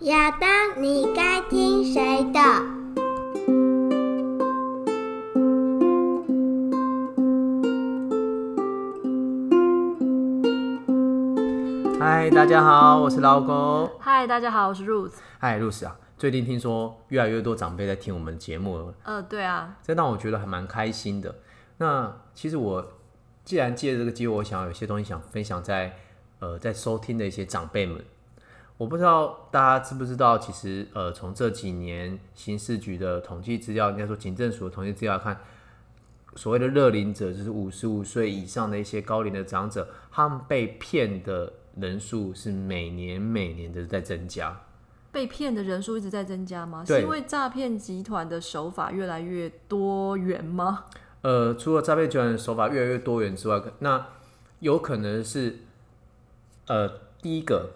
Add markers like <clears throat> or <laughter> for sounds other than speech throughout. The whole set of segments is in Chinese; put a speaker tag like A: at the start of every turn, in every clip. A: 亚当，你该听谁的？
B: 嗨，大家好，我是老狗。
C: 嗨，大家好，我是 Ruth。
B: 嗨，露丝啊，最近听说越来越多长辈在听我们节目了，
C: 呃，对啊，
B: 这让我觉得还蛮开心的。那其实我既然借这个机会，我想要有些东西想分享在呃在收听的一些长辈们。我不知道大家知不知道，其实呃从这几年刑事局的统计资料，应该说警政署的统计资料看，所谓的乐龄者，就是五十五岁以上的一些高龄的长者，他们被骗的人数是每年每年的在增加。
C: 被骗的人数一直在增加吗？
B: 对
C: 是因为诈骗集团的手法越来越多元吗？
B: 呃，除了诈骗集团的手法越来越多元之外，那有可能是，呃，第一个，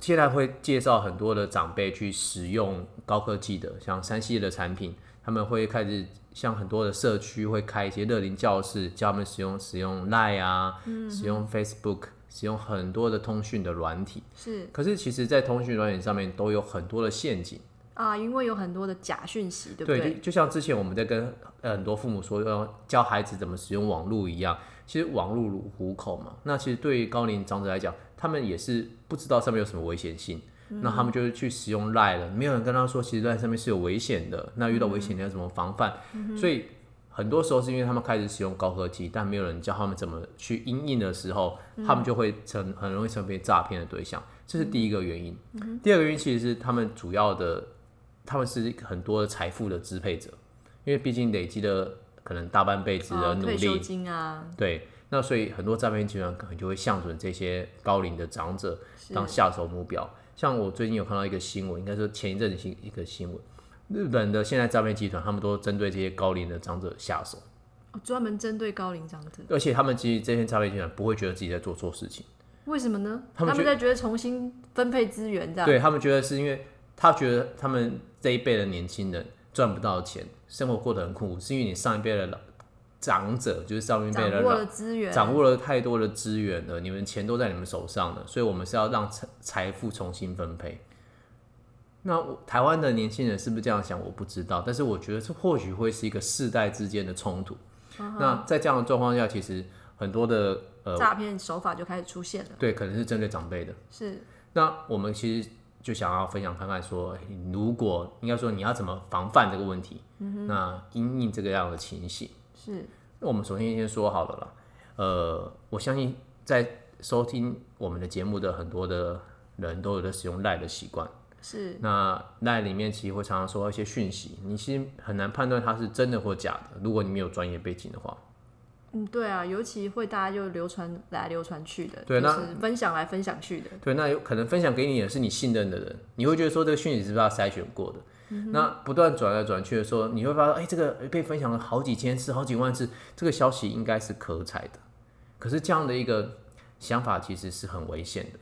B: 现在会介绍很多的长辈去使用高科技的，像三 C 的产品，他们会开始像很多的社区会开一些乐龄教室，教他们使用使用 Line 啊，使用 Facebook，使用很多的通讯的软体。
C: 是
B: 可是其实，在通讯软体上面都有很多的陷阱。
C: 啊，因为有很多的假讯息，对不对？
B: 就就像之前我们在跟呃很多父母说要教孩子怎么使用网络一样，其实网络如虎口嘛，那其实对于高龄长者来讲，他们也是不知道上面有什么危险性。
C: 嗯
B: 那他们就是去使用赖了，没有人跟他说，其实赖上面是有危险的。那遇到危
C: 嗯
B: 险你要怎么防范？所以很多时候是因为他们开始使用高科技，但没有人教他们怎么去应应的时候，
C: 嗯
B: 他们就会成很容易成为诈骗的对象。这是第一个原因。
C: 嗯
B: 第二个原因其实是他们主要的他们是很多财富的支配者，因为毕竟累积了可能大半辈子的
C: 啊，
B: 努
C: 退休
B: 力，
C: 金啊，
B: 对，那所以很多诈骗集团可能就会向准这些高龄的长者
C: 是
B: 当下手目标。像我最近有看到一个新闻，应该说前一阵子新一个新闻，日本的现在诈骗集团他们都针对这些高龄的长者下手，
C: 哦专门针对高龄长者，
B: 而且他们其实这些诈骗集团不会觉得自己在做错事情，
C: 为什么呢？
B: 他
C: 他
B: 们
C: 们
B: 觉
C: 在觉得重新分配资源这样，
B: 对他们觉得是因为他觉得他们这一辈的年轻人赚不到钱，生活过得很苦，是因为你上一辈的老长者，就是上一辈
C: 掌
B: 的
C: 握
B: 老
C: 了资源，
B: 掌握了太多的资源了，你们钱都在你们手上了，所以我们是要让财财富重新分配。那我台湾的年轻人是不是这样想？我不知道，但是我觉得这或许会是一个世代之间的冲突。那在这样的状况下，其实很多的呃，
C: 嗯诈骗手法就开始出现了，
B: 对，可能是针对长辈的。
C: 是
B: 那我们其实就想要分享看看说，诶如果应该说你要怎么防范这个问题，那因应这个样的情形。
C: 是，
B: 那我们首先先说好了啦，呃，我相信在收听我们的节目的很多的人都有在使用赖的习惯。
C: 是
B: 那赖里面其实会常常收到一些讯息，你其实很难判断它是真的或假的。如果你没有专业背景的话，
C: 嗯，对啊，尤其会大家就流传来流传去的，
B: 对
C: 就
B: 那
C: 是分享来分享去的，
B: 对，那有可能分享给你也是你信任的人，你会觉得说这个讯息是不是他筛选过的？
C: 嗯
B: 那不断转来转去的时候，你会发现，哎、这个被分享了好几千次、好几万次，这个消息应该是可采的。可是这样的一个想法其实是很危险的，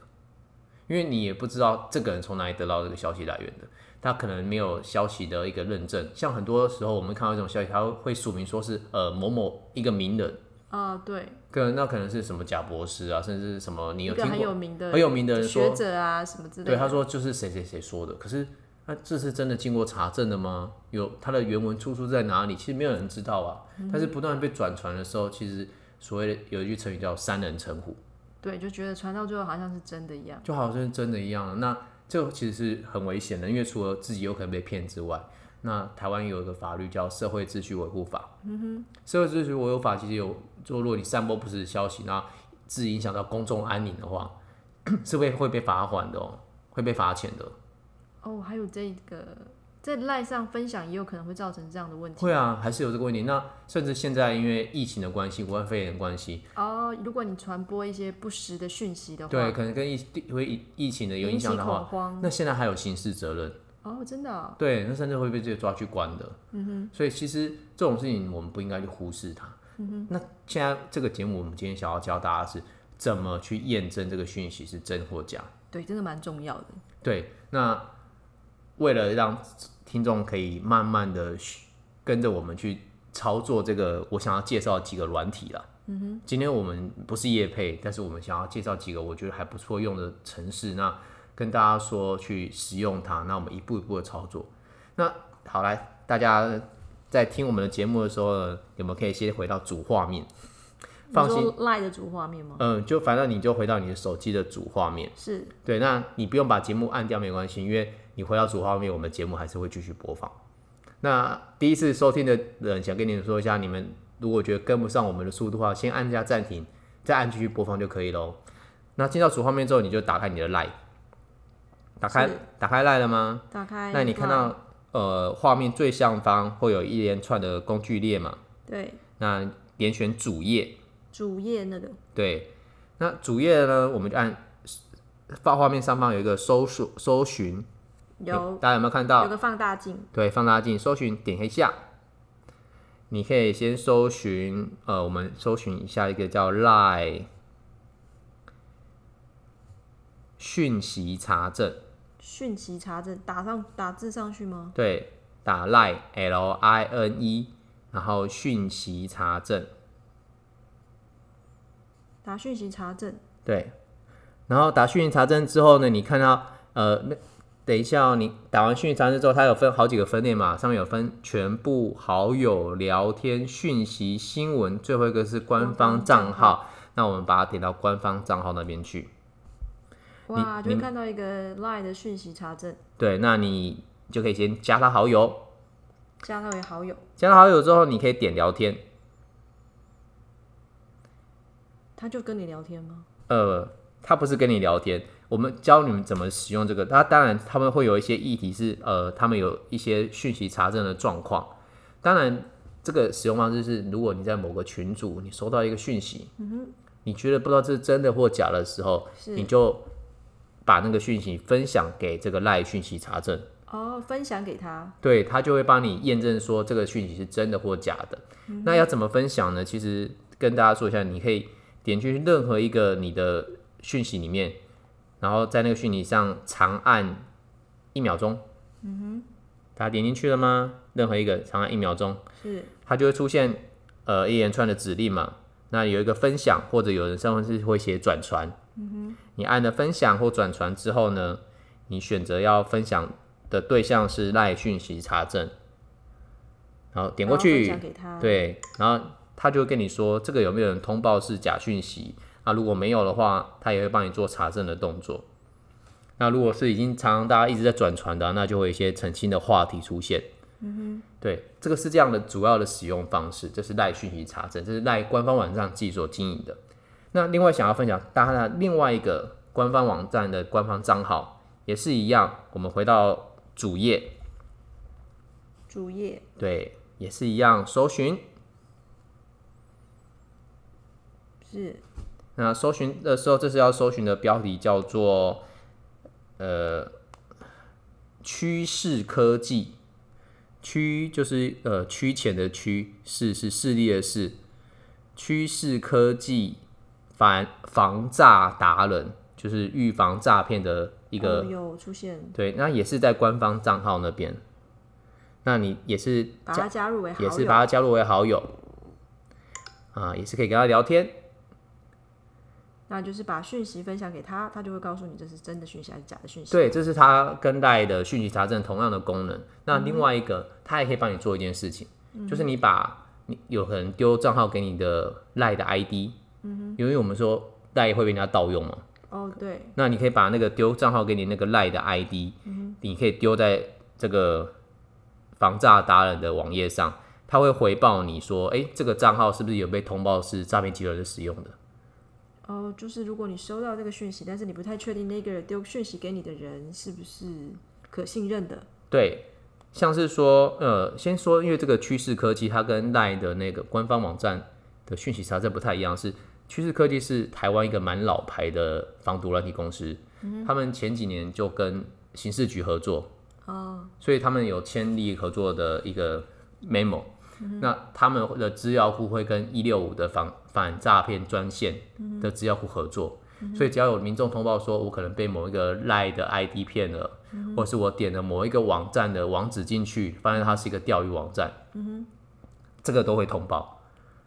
B: 因为你也不知道这个人从哪里得到这个消息来源的，他可能没有消息的一个认证。像很多时候我们看到这种消息，他会署名说是呃某某一个名人，
C: 啊、对，
B: 可能那可能是什么贾博士啊，甚至是什么你有
C: 一个
B: 听
C: 很
B: 过
C: 有名的
B: 很有名的人说
C: 学者啊什么之类的。
B: 对，他说就是谁谁谁说的，可是那、这是真的经过查证的吗？有他的原文出处在哪里？其实没有人知道啊。但是不断被转传的时候，其实所谓的有一句成语叫“三人成虎
C: 对，就觉得传到最后好像是真的一样”，。
B: 就好像是真的一样了。啊那这其实是很危险的，因为除了自己有可能被骗之外，那台湾有一个法律叫《社会秩序维护法》。嗯哼，《社会秩序维护法》其实有说，如果你散播不实的消息，那致影响到公众安宁的话， <clears throat> 是会会被罚款的哦，会被罚钱的。
C: 哦，还有这一个在赖上分享也有可能会造成这样的问题。
B: 会啊，还是有这个问题。那甚至现在因为疫情的关系，武汉肺炎的关系，
C: 哦，如果你传播一些不实的讯息的话，
B: 对，可能跟疫会疫情的有影响的
C: 引起恐
B: 话，
C: 慌。
B: 那现在还有刑事责任，
C: 哦，真的哦、
B: 对，那甚至会被这个抓去关的。嗯哼，所以其实这种事情我们不应该去忽视它。嗯哼，那现在这个节目，我们今天想要教大家是怎么去验证这个讯息是真或假。
C: 对，真的蛮重要的。
B: 对，那为了让听众可以慢慢的跟着我们去操作这个，我想要介绍几个软体啦。嗯哼，今天我们不是业配，但是我们想要介绍几个我觉得还不错用的城市，那跟大家说去使用它，那我们一步一步的操作。那好来，大家在听我们的节目的时候呢，有没有可以先回到主画面？
C: 你
B: 放心
C: 说赖的主画面吗？
B: 嗯，就反正你就回到你的手机的主画面。
C: 是，
B: 对，那你不用把节目按掉没关系，因为你回到主画面，我们节目还是会继续播放。那第一次收听的人，想跟你们说一下，你们如果觉得跟不上我们的速度的话，先按一下暂停，再按继续播放就可以喽。那进到主画面之后，你就打开你的 Line，打开
C: 是
B: 打开 Line 了吗？
C: 打开。
B: 那你看到呃画面最上方会有一连串的工具列嘛？
C: 对
B: 那点选主页，
C: 主页那个
B: 对，那主页呢，我们就按放画面上方有一个搜索搜寻，
C: 有
B: 大家有没有看
C: 有
B: 到？
C: 个放大镜，
B: 对，放大镜搜寻，点一下，你可以先搜寻，呃，我们搜寻一下一个叫 Line 讯息查证，
C: 讯息查证，打上打字上去吗？
B: 对，打 Line L I N E，然后讯息查证，
C: 打讯息查证，
B: 对，然后打讯息查证之后呢，你看到呃，那等一下、哦，你打完讯息查证之后，它有分好几个分类嘛，上面有分全部好友、聊天、讯息、新闻，最后一个是官方账
C: 官方账
B: 号。那我们把它点到官方账号那边去。
C: 哇，就
B: 你
C: 会看到一个 LINE 的讯息查证，
B: 对，那你就可以先加他好友，
C: 加他为好友，
B: 加他好友之后，你可以点聊天。
C: 他就跟你聊天吗？
B: 呃，他不是跟你聊天，我们教你们怎么使用这个。他当然他们会有一些议题是呃，他们有一些讯息查证的状况。当然，这个使用方式是，如果你在某个群组你收到一个讯息，你觉得不知道这是真的或假的时候，
C: 是
B: 你就把那个讯息分享给这个赖讯息查证。
C: 哦，分享给他，
B: 对他就会帮你验证说这个讯息是真的或假的。那要怎么分享呢？其实跟大家说一下，你可以点去任何一个你的讯息里面，然后在那个讯息上长按一秒钟。嗯哼，大家点进去了吗？任何一个长按一秒钟，
C: 是
B: 它就会出现呃一连串的指令嘛。那有一个分享，或者有人上面是会写转传。嗯哼，你按了分享或转传之后呢，你选择要分享的对象是赖讯息查证，然后点过
C: 然后
B: 去，
C: 分享给他，，
B: 对，然后他就会跟你说这个有没有人通报是假讯息啊？如果没有的话，他也会帮你做查证的动作。那如果是已经常常大家一直在转传的啊、那就会有一些澄清的话题出现。嗯哼，对，这个是这样的主要的使用方式，这是赖讯息查证，这是赖官方网站自己所经营的。那另外想要分享大家的另外一个官方网站的官方账号也是一样，我们回到主页，
C: 主页
B: 对，也是一样，搜寻
C: 是
B: 那搜寻的时候，这次要搜寻的标题叫做呃趋势科技，趋就是呃趋前的趋，势是势力的势，趋势科技反防诈达人，就是预防诈骗的一个、
C: 哦有出现，
B: 对，那也是在官方账号那边，那你也是
C: 把他加入为好
B: 也
C: 友，
B: 是把他加入为好友啊，也是可以跟他聊天。
C: 那就是把讯息分享给他，他就会告诉你这是真的讯息还是假的讯息。，
B: 对，这是它跟 Line 的讯息查证同样的功能。那另外一个，它也可以帮你做一件事情，就是你把你有可能丢账号给你的 Line 的 ID，、因为我们说 Line 会被人家盗用嘛，
C: 哦对，
B: 那你可以把那个丢账号给你那个 Line 的 ID，、你可以丢在这个防诈达人的网页上，他会回报你说，哎、这个账号是不是有被通报是诈骗集团使用的？
C: 哦就是如果你收到这个讯息，但是你不太确定那个丢讯息给你的人是不是可信任的，
B: 对，像是说，呃，先说，因为这个趋势科技它跟 LINE 的那个官方网站的讯息查证不太一样，是趋势科技是台湾一个蛮老牌的防毒软体公司，他们前几年就跟刑事局合作，哦，所以他们有签立合作的一个 memo。那他们的资料库会跟一六五的反反诈骗专线的资料库合作，所以只要有民众通报说我可能被某一个赖的 ID 骗了，或是我点了某一个网站的网址进去，发现它是一个钓鱼网站，这个都会通报。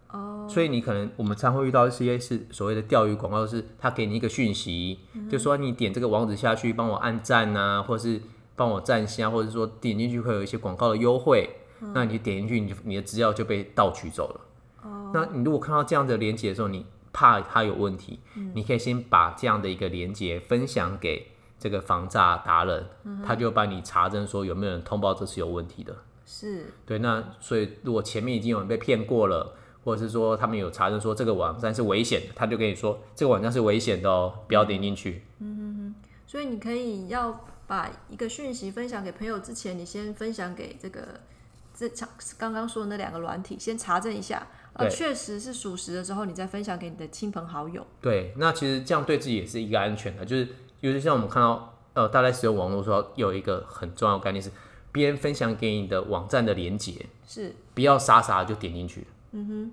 C: 哦，
B: 所以你可能我们常会遇到一些是所谓的钓鱼广告，是他给你一个讯息，就说你点这个网址下去，帮我按赞啊，或是帮我赞下，或者说点进去会有一些广告的优惠，那你点进去，你就你的资料就被盗取走了。那你如果看到这样的连接的时候，你怕它有问题，你可以先把这样的一个连接分享给这个防诈达人，他就帮你查证说有没有人通报这是有问题的。
C: 是
B: 对，那所以如果前面已经有人被骗过了，或者是说他们有查证说这个网站是危险的，他就跟你说这个网站是危险的哦，不要点进去。
C: 所以你可以要把一个讯息分享给朋友之前，你先分享给这个这场刚刚说的那两个软体，先查证一下，呃，
B: 对
C: 确实是属实了之后，你再分享给你的亲朋好友。
B: 对，那其实这样对自己也是一个安全的，就是尤其像我们看到呃，大家使用网络的时候有一个很重要的概念是，别人分享给你的网站的连接，
C: 是
B: 不要傻傻地就点进去。嗯哼，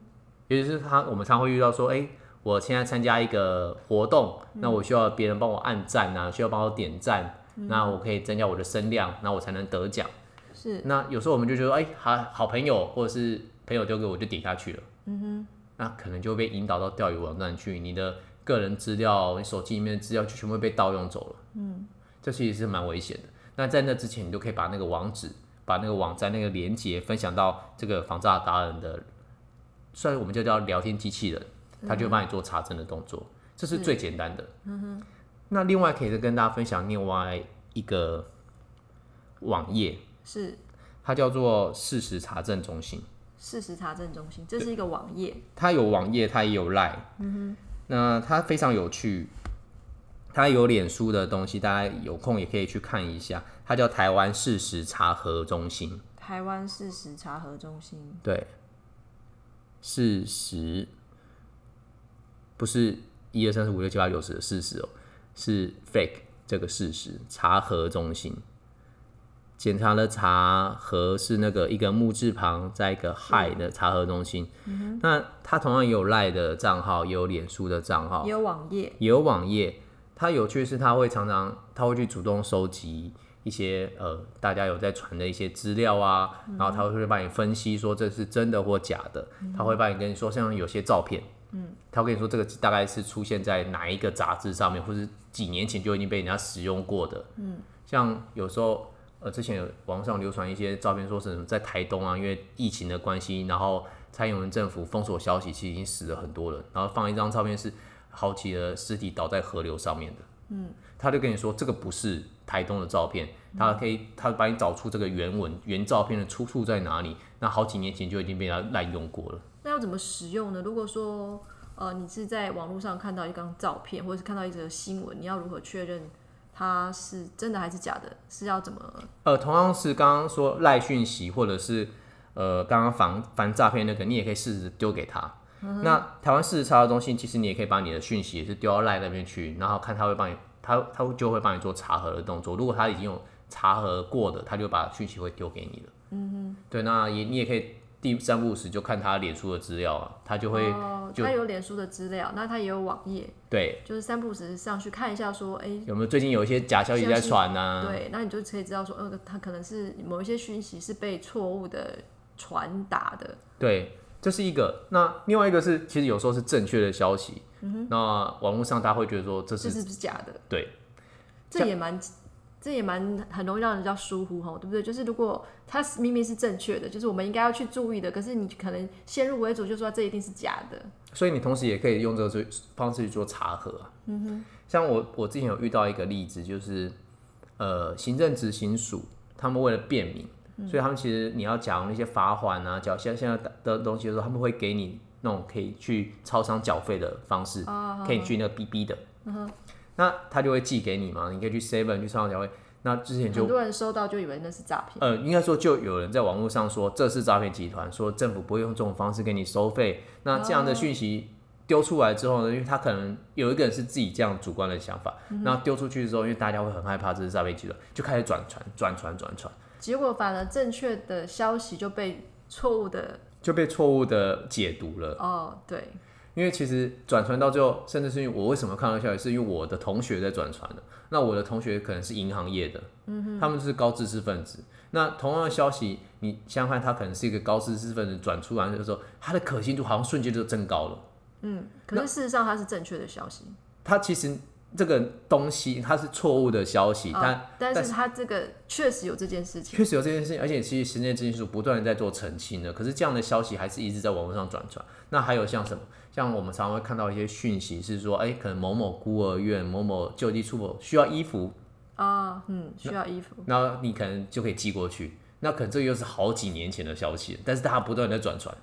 B: 尤其是他，我们常会遇到说，哎、我现在参加一个活动，那我需要别人帮我按赞啊，需要帮我点赞，那我可以增加我的声量，那我才能得奖。
C: 是，
B: 那有时候我们就觉得，哎、好好朋友或者是朋友丢给我就点下去了，嗯哼，那可能就被引导到钓鱼网站去，你的个人资料、你手机里面的资料就全部被盗用走了，嗯，这其实是蛮危险的。那在那之前，你就可以把那个网址、把那个网站那个连接分享到这个防诈达人的，算我们就叫聊天机器人，他就会帮你做查证的动作，这是最简单的。嗯哼，那另外可以再跟大家分享另外一个网页，
C: 是
B: 它叫做事实查证中心，
C: 事实查证中心，这是一个网页，
B: 它有网页，它也有 Line，嗯那它非常有趣，它有脸书的东西，大家有空也可以去看一下，它叫台湾事实查核中心，
C: 台湾事实查核中心。
B: 对，事实不是一二三四五六七八九十的事实哦，是 fake 这个事实查核中心。检查的查核是那个一个木字旁在一个亥的查核中心，那它同样也有赖的账号，也有脸书的账号
C: 也，有网页，
B: 也有网页。它有趣的是，它会常常它会去主动收集一些呃大家有在传的一些资料啊，然后它会帮你分析说这是真的或假的，它会帮你跟你说，像有些照片，嗯，它会跟你说这个大概是出现在哪一个杂志上面，或是几年前就已经被人家使用过的，嗯，像有时候。呃，之前有网上流传一些照片，说是什么在台东啊，因为疫情的关系，然后蔡英文政府封锁消息，其实已经死了很多人，然后放一张照片是好几个尸体倒在河流上面的。嗯，他就跟你说这个不是台东的照片，他可以他把你找出这个原文原照片的出处在哪里，那好几年前就已经被他滥用过了。
C: 那要怎么使用呢？如果说呃你是在网络上看到一张照片，或者是看到一则新闻，你要如何确认它是真的还是假的？是要怎么？
B: 呃，同样是刚刚说赖讯息，或者是呃刚刚防防诈骗那个，你也可以试着丢给他。那台湾事实查核中心，其实你也可以把你的讯息也是丢到赖那边去，然后看他会帮你，他他就会帮你做查核的动作。如果他已经有查核过的，他就把讯息会丢给你了。嗯哼，对，那也你也可以第三不五时就看他脸书的资料啊，他就会、
C: 哦，
B: 就
C: 它有脸书的资料，那它也有网页，
B: 对
C: 就是三步时上去看一下说，哎。
B: 有没有最近有一些假消息在传啊？
C: 对，那你就可以知道说，呃，它可能是某一些讯息是被错误的传达的，
B: 对，这是一个。那另外一个是，其实有时候是正确的消息，那网络上大家会觉得说这
C: 这
B: 是
C: 是不是假的？
B: 对，
C: 这也蛮，这也蛮很容易让人家疏忽吼，对不对？就是如果它是明明是正确的，就是我们应该要去注意的，可是你可能先入为主就说这一定是假的，
B: 所以你同时也可以用这个方式去做查核、啊。嗯哼，像我我之前有遇到一个例子，就是呃，行政执行署他们为了便民，所以他们其实你要缴那些罚款啊，缴现在现在的东西的时候，他们会给你那种可以去超商缴费的方式，可以去那个 BB 的。那他就会寄给你嘛，你可以去 Seven 去超商缴费。那之前就
C: 很多人收到就以为那是诈骗，
B: 呃，应该说就有人在网络上说这是诈骗集团，说政府不会用这种方式给你收费。那这样的讯息丢出来之后呢，因为他可能有一个人是自己这样主观的想法，那丢出去之后，因为大家会很害怕这是诈骗集团，就开始转传、转传、转传，
C: 结果反而正确的消息就被错误的
B: 就被错误的解读了。
C: 哦，对，
B: 因为其实转传到最后，甚至是因为我为什么看到消息，是因为我的同学在转传的。那我的同学可能是银行业的，他们是高知识分子。那同样的消息，你想想看，他可能是一个高知识分子转出来的时候，他的可信度好像瞬间就增高了。
C: 可是事实上它是正确的消息，
B: 他其实这个东西它是错误的消息，
C: 啊
B: 但
C: 但
B: 但
C: 是它这个确实有这件事情。
B: 确实有这件事情，而且其实时间技术不断的在做澄清的，可是这样的消息还是一直在网络上转传。那还有像什么，像我们常常会看到一些讯息是说，哎、可能某某孤儿院、某某就地处所需要衣服，
C: 啊，嗯，需要衣服，
B: 那你可能就可以寄过去。那可能这又是好几年前的消息，但是他不断的转传，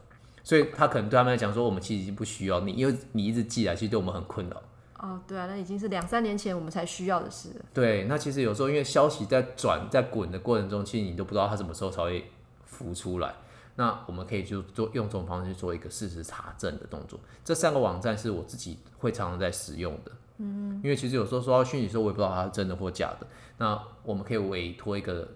B: 所以他可能对他们来讲说，我们其实已经不需要你，因为你一直寄来，其实对我们很困扰。
C: 哦，对啊，那已经是两三年前我们才需要的事了。
B: 对，那其实有时候因为消息在转在滚的过程中，其实你都不知道它什么时候才会浮出来。那我们可以就做用这种方式去做一个事实查证的动作。这三个网站是我自己会常常在使用的。嗯，因为其实有时候收到讯息的时候，我也不知道它是真的或假的。那我们可以委托一个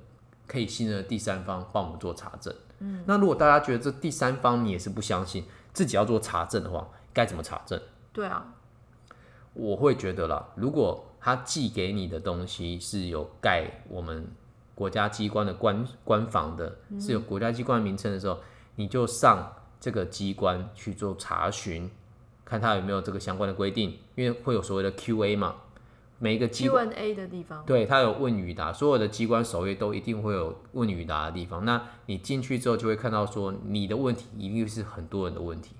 B: 可以信任的第三方帮我们做查证。嗯，那如果大家觉得这第三方你也是不相信，自己要做查证的话，该怎么查证？
C: 对啊，
B: 我会觉得啦，如果他寄给你的东西是有盖我们国家机关的官官方的，是有国家机关名称的时候，你就上这个机关去做查询，看他有没有这个相关的规定，因为会有所谓的 Q&A 嘛，每一个机关。
C: Q&A 的地方，
B: 对，它有问与答，所有的机关首页都一定会有问与答的地方。那你进去之后，就会看到说你的问题一定是很多人的问题，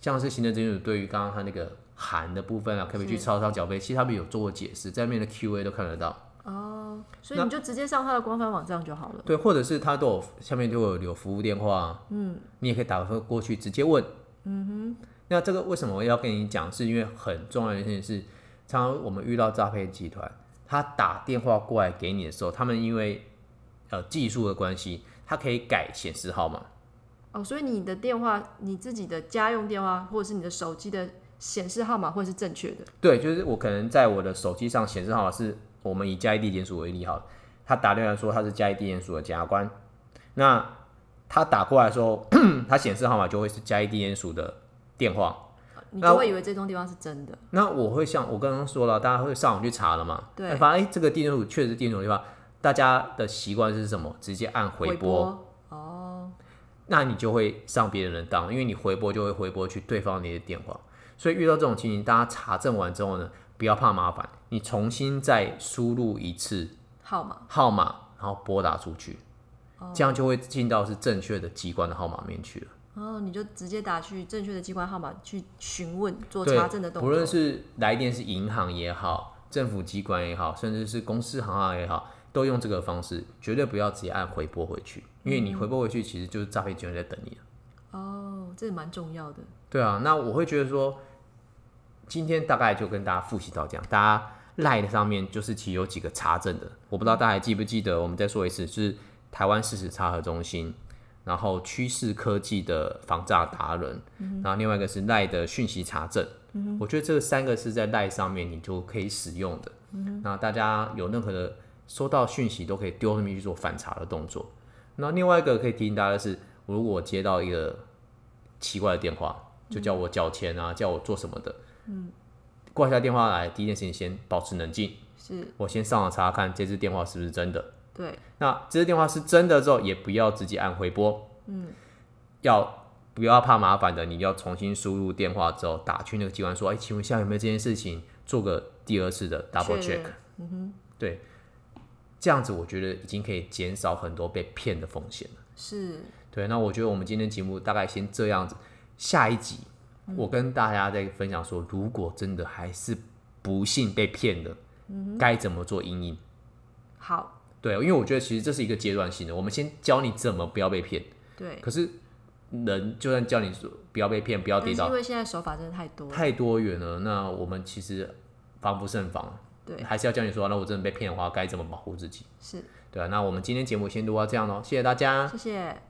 B: 像是行政政署对于刚刚他那个函的部分啊，可不可以去
C: 是
B: 超商缴费，其实他们有做过解释，在面的 Q&A 都看得到。
C: 哦，所以你就直接上它的官方网站就好了。
B: 对，或者是他都有下面就有留服务电话，嗯，你也可以打过过去直接问，嗯哼。那这个为什么我要跟你讲？是因为很重要的一件事，常常我们遇到诈骗集团，他打电话过来给你的时候，他们因为呃技术的关系，他可以改显示号码，
C: 哦，所以你的电话，你自己的家用电话或者是你的手机的显示号码会是正确的。
B: 对，就是我可能在我的手机上显示号码是我们以嘉义地检署为例好了，他打电话说他是嘉义地检署的检察官，那他打过来的时候， <clears throat> 他显示号码就会是嘉义地检署的电话。
C: 你
B: 那
C: 就
B: 我
C: 会以为这通电话是真的，
B: 那我会像我刚刚说了，大家会上网去查了嘛？
C: 对
B: 哎发现哎，这个地主确实地主的话，大家的习惯是什么？直接按回
C: 哦，
B: 那你就会上别人的当，因为你回拨就会回拨去对方那些电话。所以遇到这种情形，大家查证完之后呢，不要怕麻烦，你重新再输入一次
C: 号码
B: 号码，然后拨打出去，这样就会进到是正确的机关的号码面去了。
C: 哦，你就直接打去正确的机关号码去询问做
B: 对，
C: 查证的动
B: 不
C: 作。
B: 论是来电是银行也好，政府机关也好，甚至是公司行号也好，都用这个方式，绝对不要直接按回拨回去，因为你回拨回去其实就是诈骗集团在等你了。
C: 哦，这蛮重要的。
B: 对啊，那我会觉得说，今天大概就跟大家复习到这样，大家赖的上面就是其实有几个查证的，我不知道大家还记不记得，我们再说一次，就是台湾事实查核中心。然后趋势科技的防诈达人，然后另外一个是赖的讯息查证，我觉得这三个是在赖上面你就可以使用的。那大家有任何的收到讯息都可以丢上面去做反查的动作。那另外一个可以提醒大家的是，如果我接到一个奇怪的电话，就叫我缴钱啊，叫我做什么的，嗯，挂下电话来，第一件事情先保持冷静，
C: 是，
B: 我先上网查查看这支电话是不是真的。
C: 对，
B: 那这支电话是真的之后，也不要直接按回拨，嗯，要不要怕麻烦的，你要重新输入电话之后打去那个机关说，哎、请问一下有没有这件事情，做个第二次的 double
C: 确
B: check，
C: 认
B: 对，这样子我觉得已经可以减少很多被骗的风险了。
C: 是，
B: 对，那我觉得我们今天节目大概先这样子，下一集我跟大家再分享说，如果真的还是不幸被骗的，该怎么做阴影。
C: 好，
B: 对，因为我觉得其实这是一个阶段性的，我们先教你怎么不要被骗。
C: 对。
B: 可是人就算教你说不要被骗，不要
C: 但
B: 跌
C: 是因
B: 倒，
C: 为现在手法真的太多了，
B: 太多元了。那我们其实防不胜防，
C: 对，
B: 还是要教你说，啊那我真的被骗的话，该怎么保护自己？
C: 是，
B: 对啊，那我们今天节目先录到这样咯，谢谢大家，
C: 谢谢。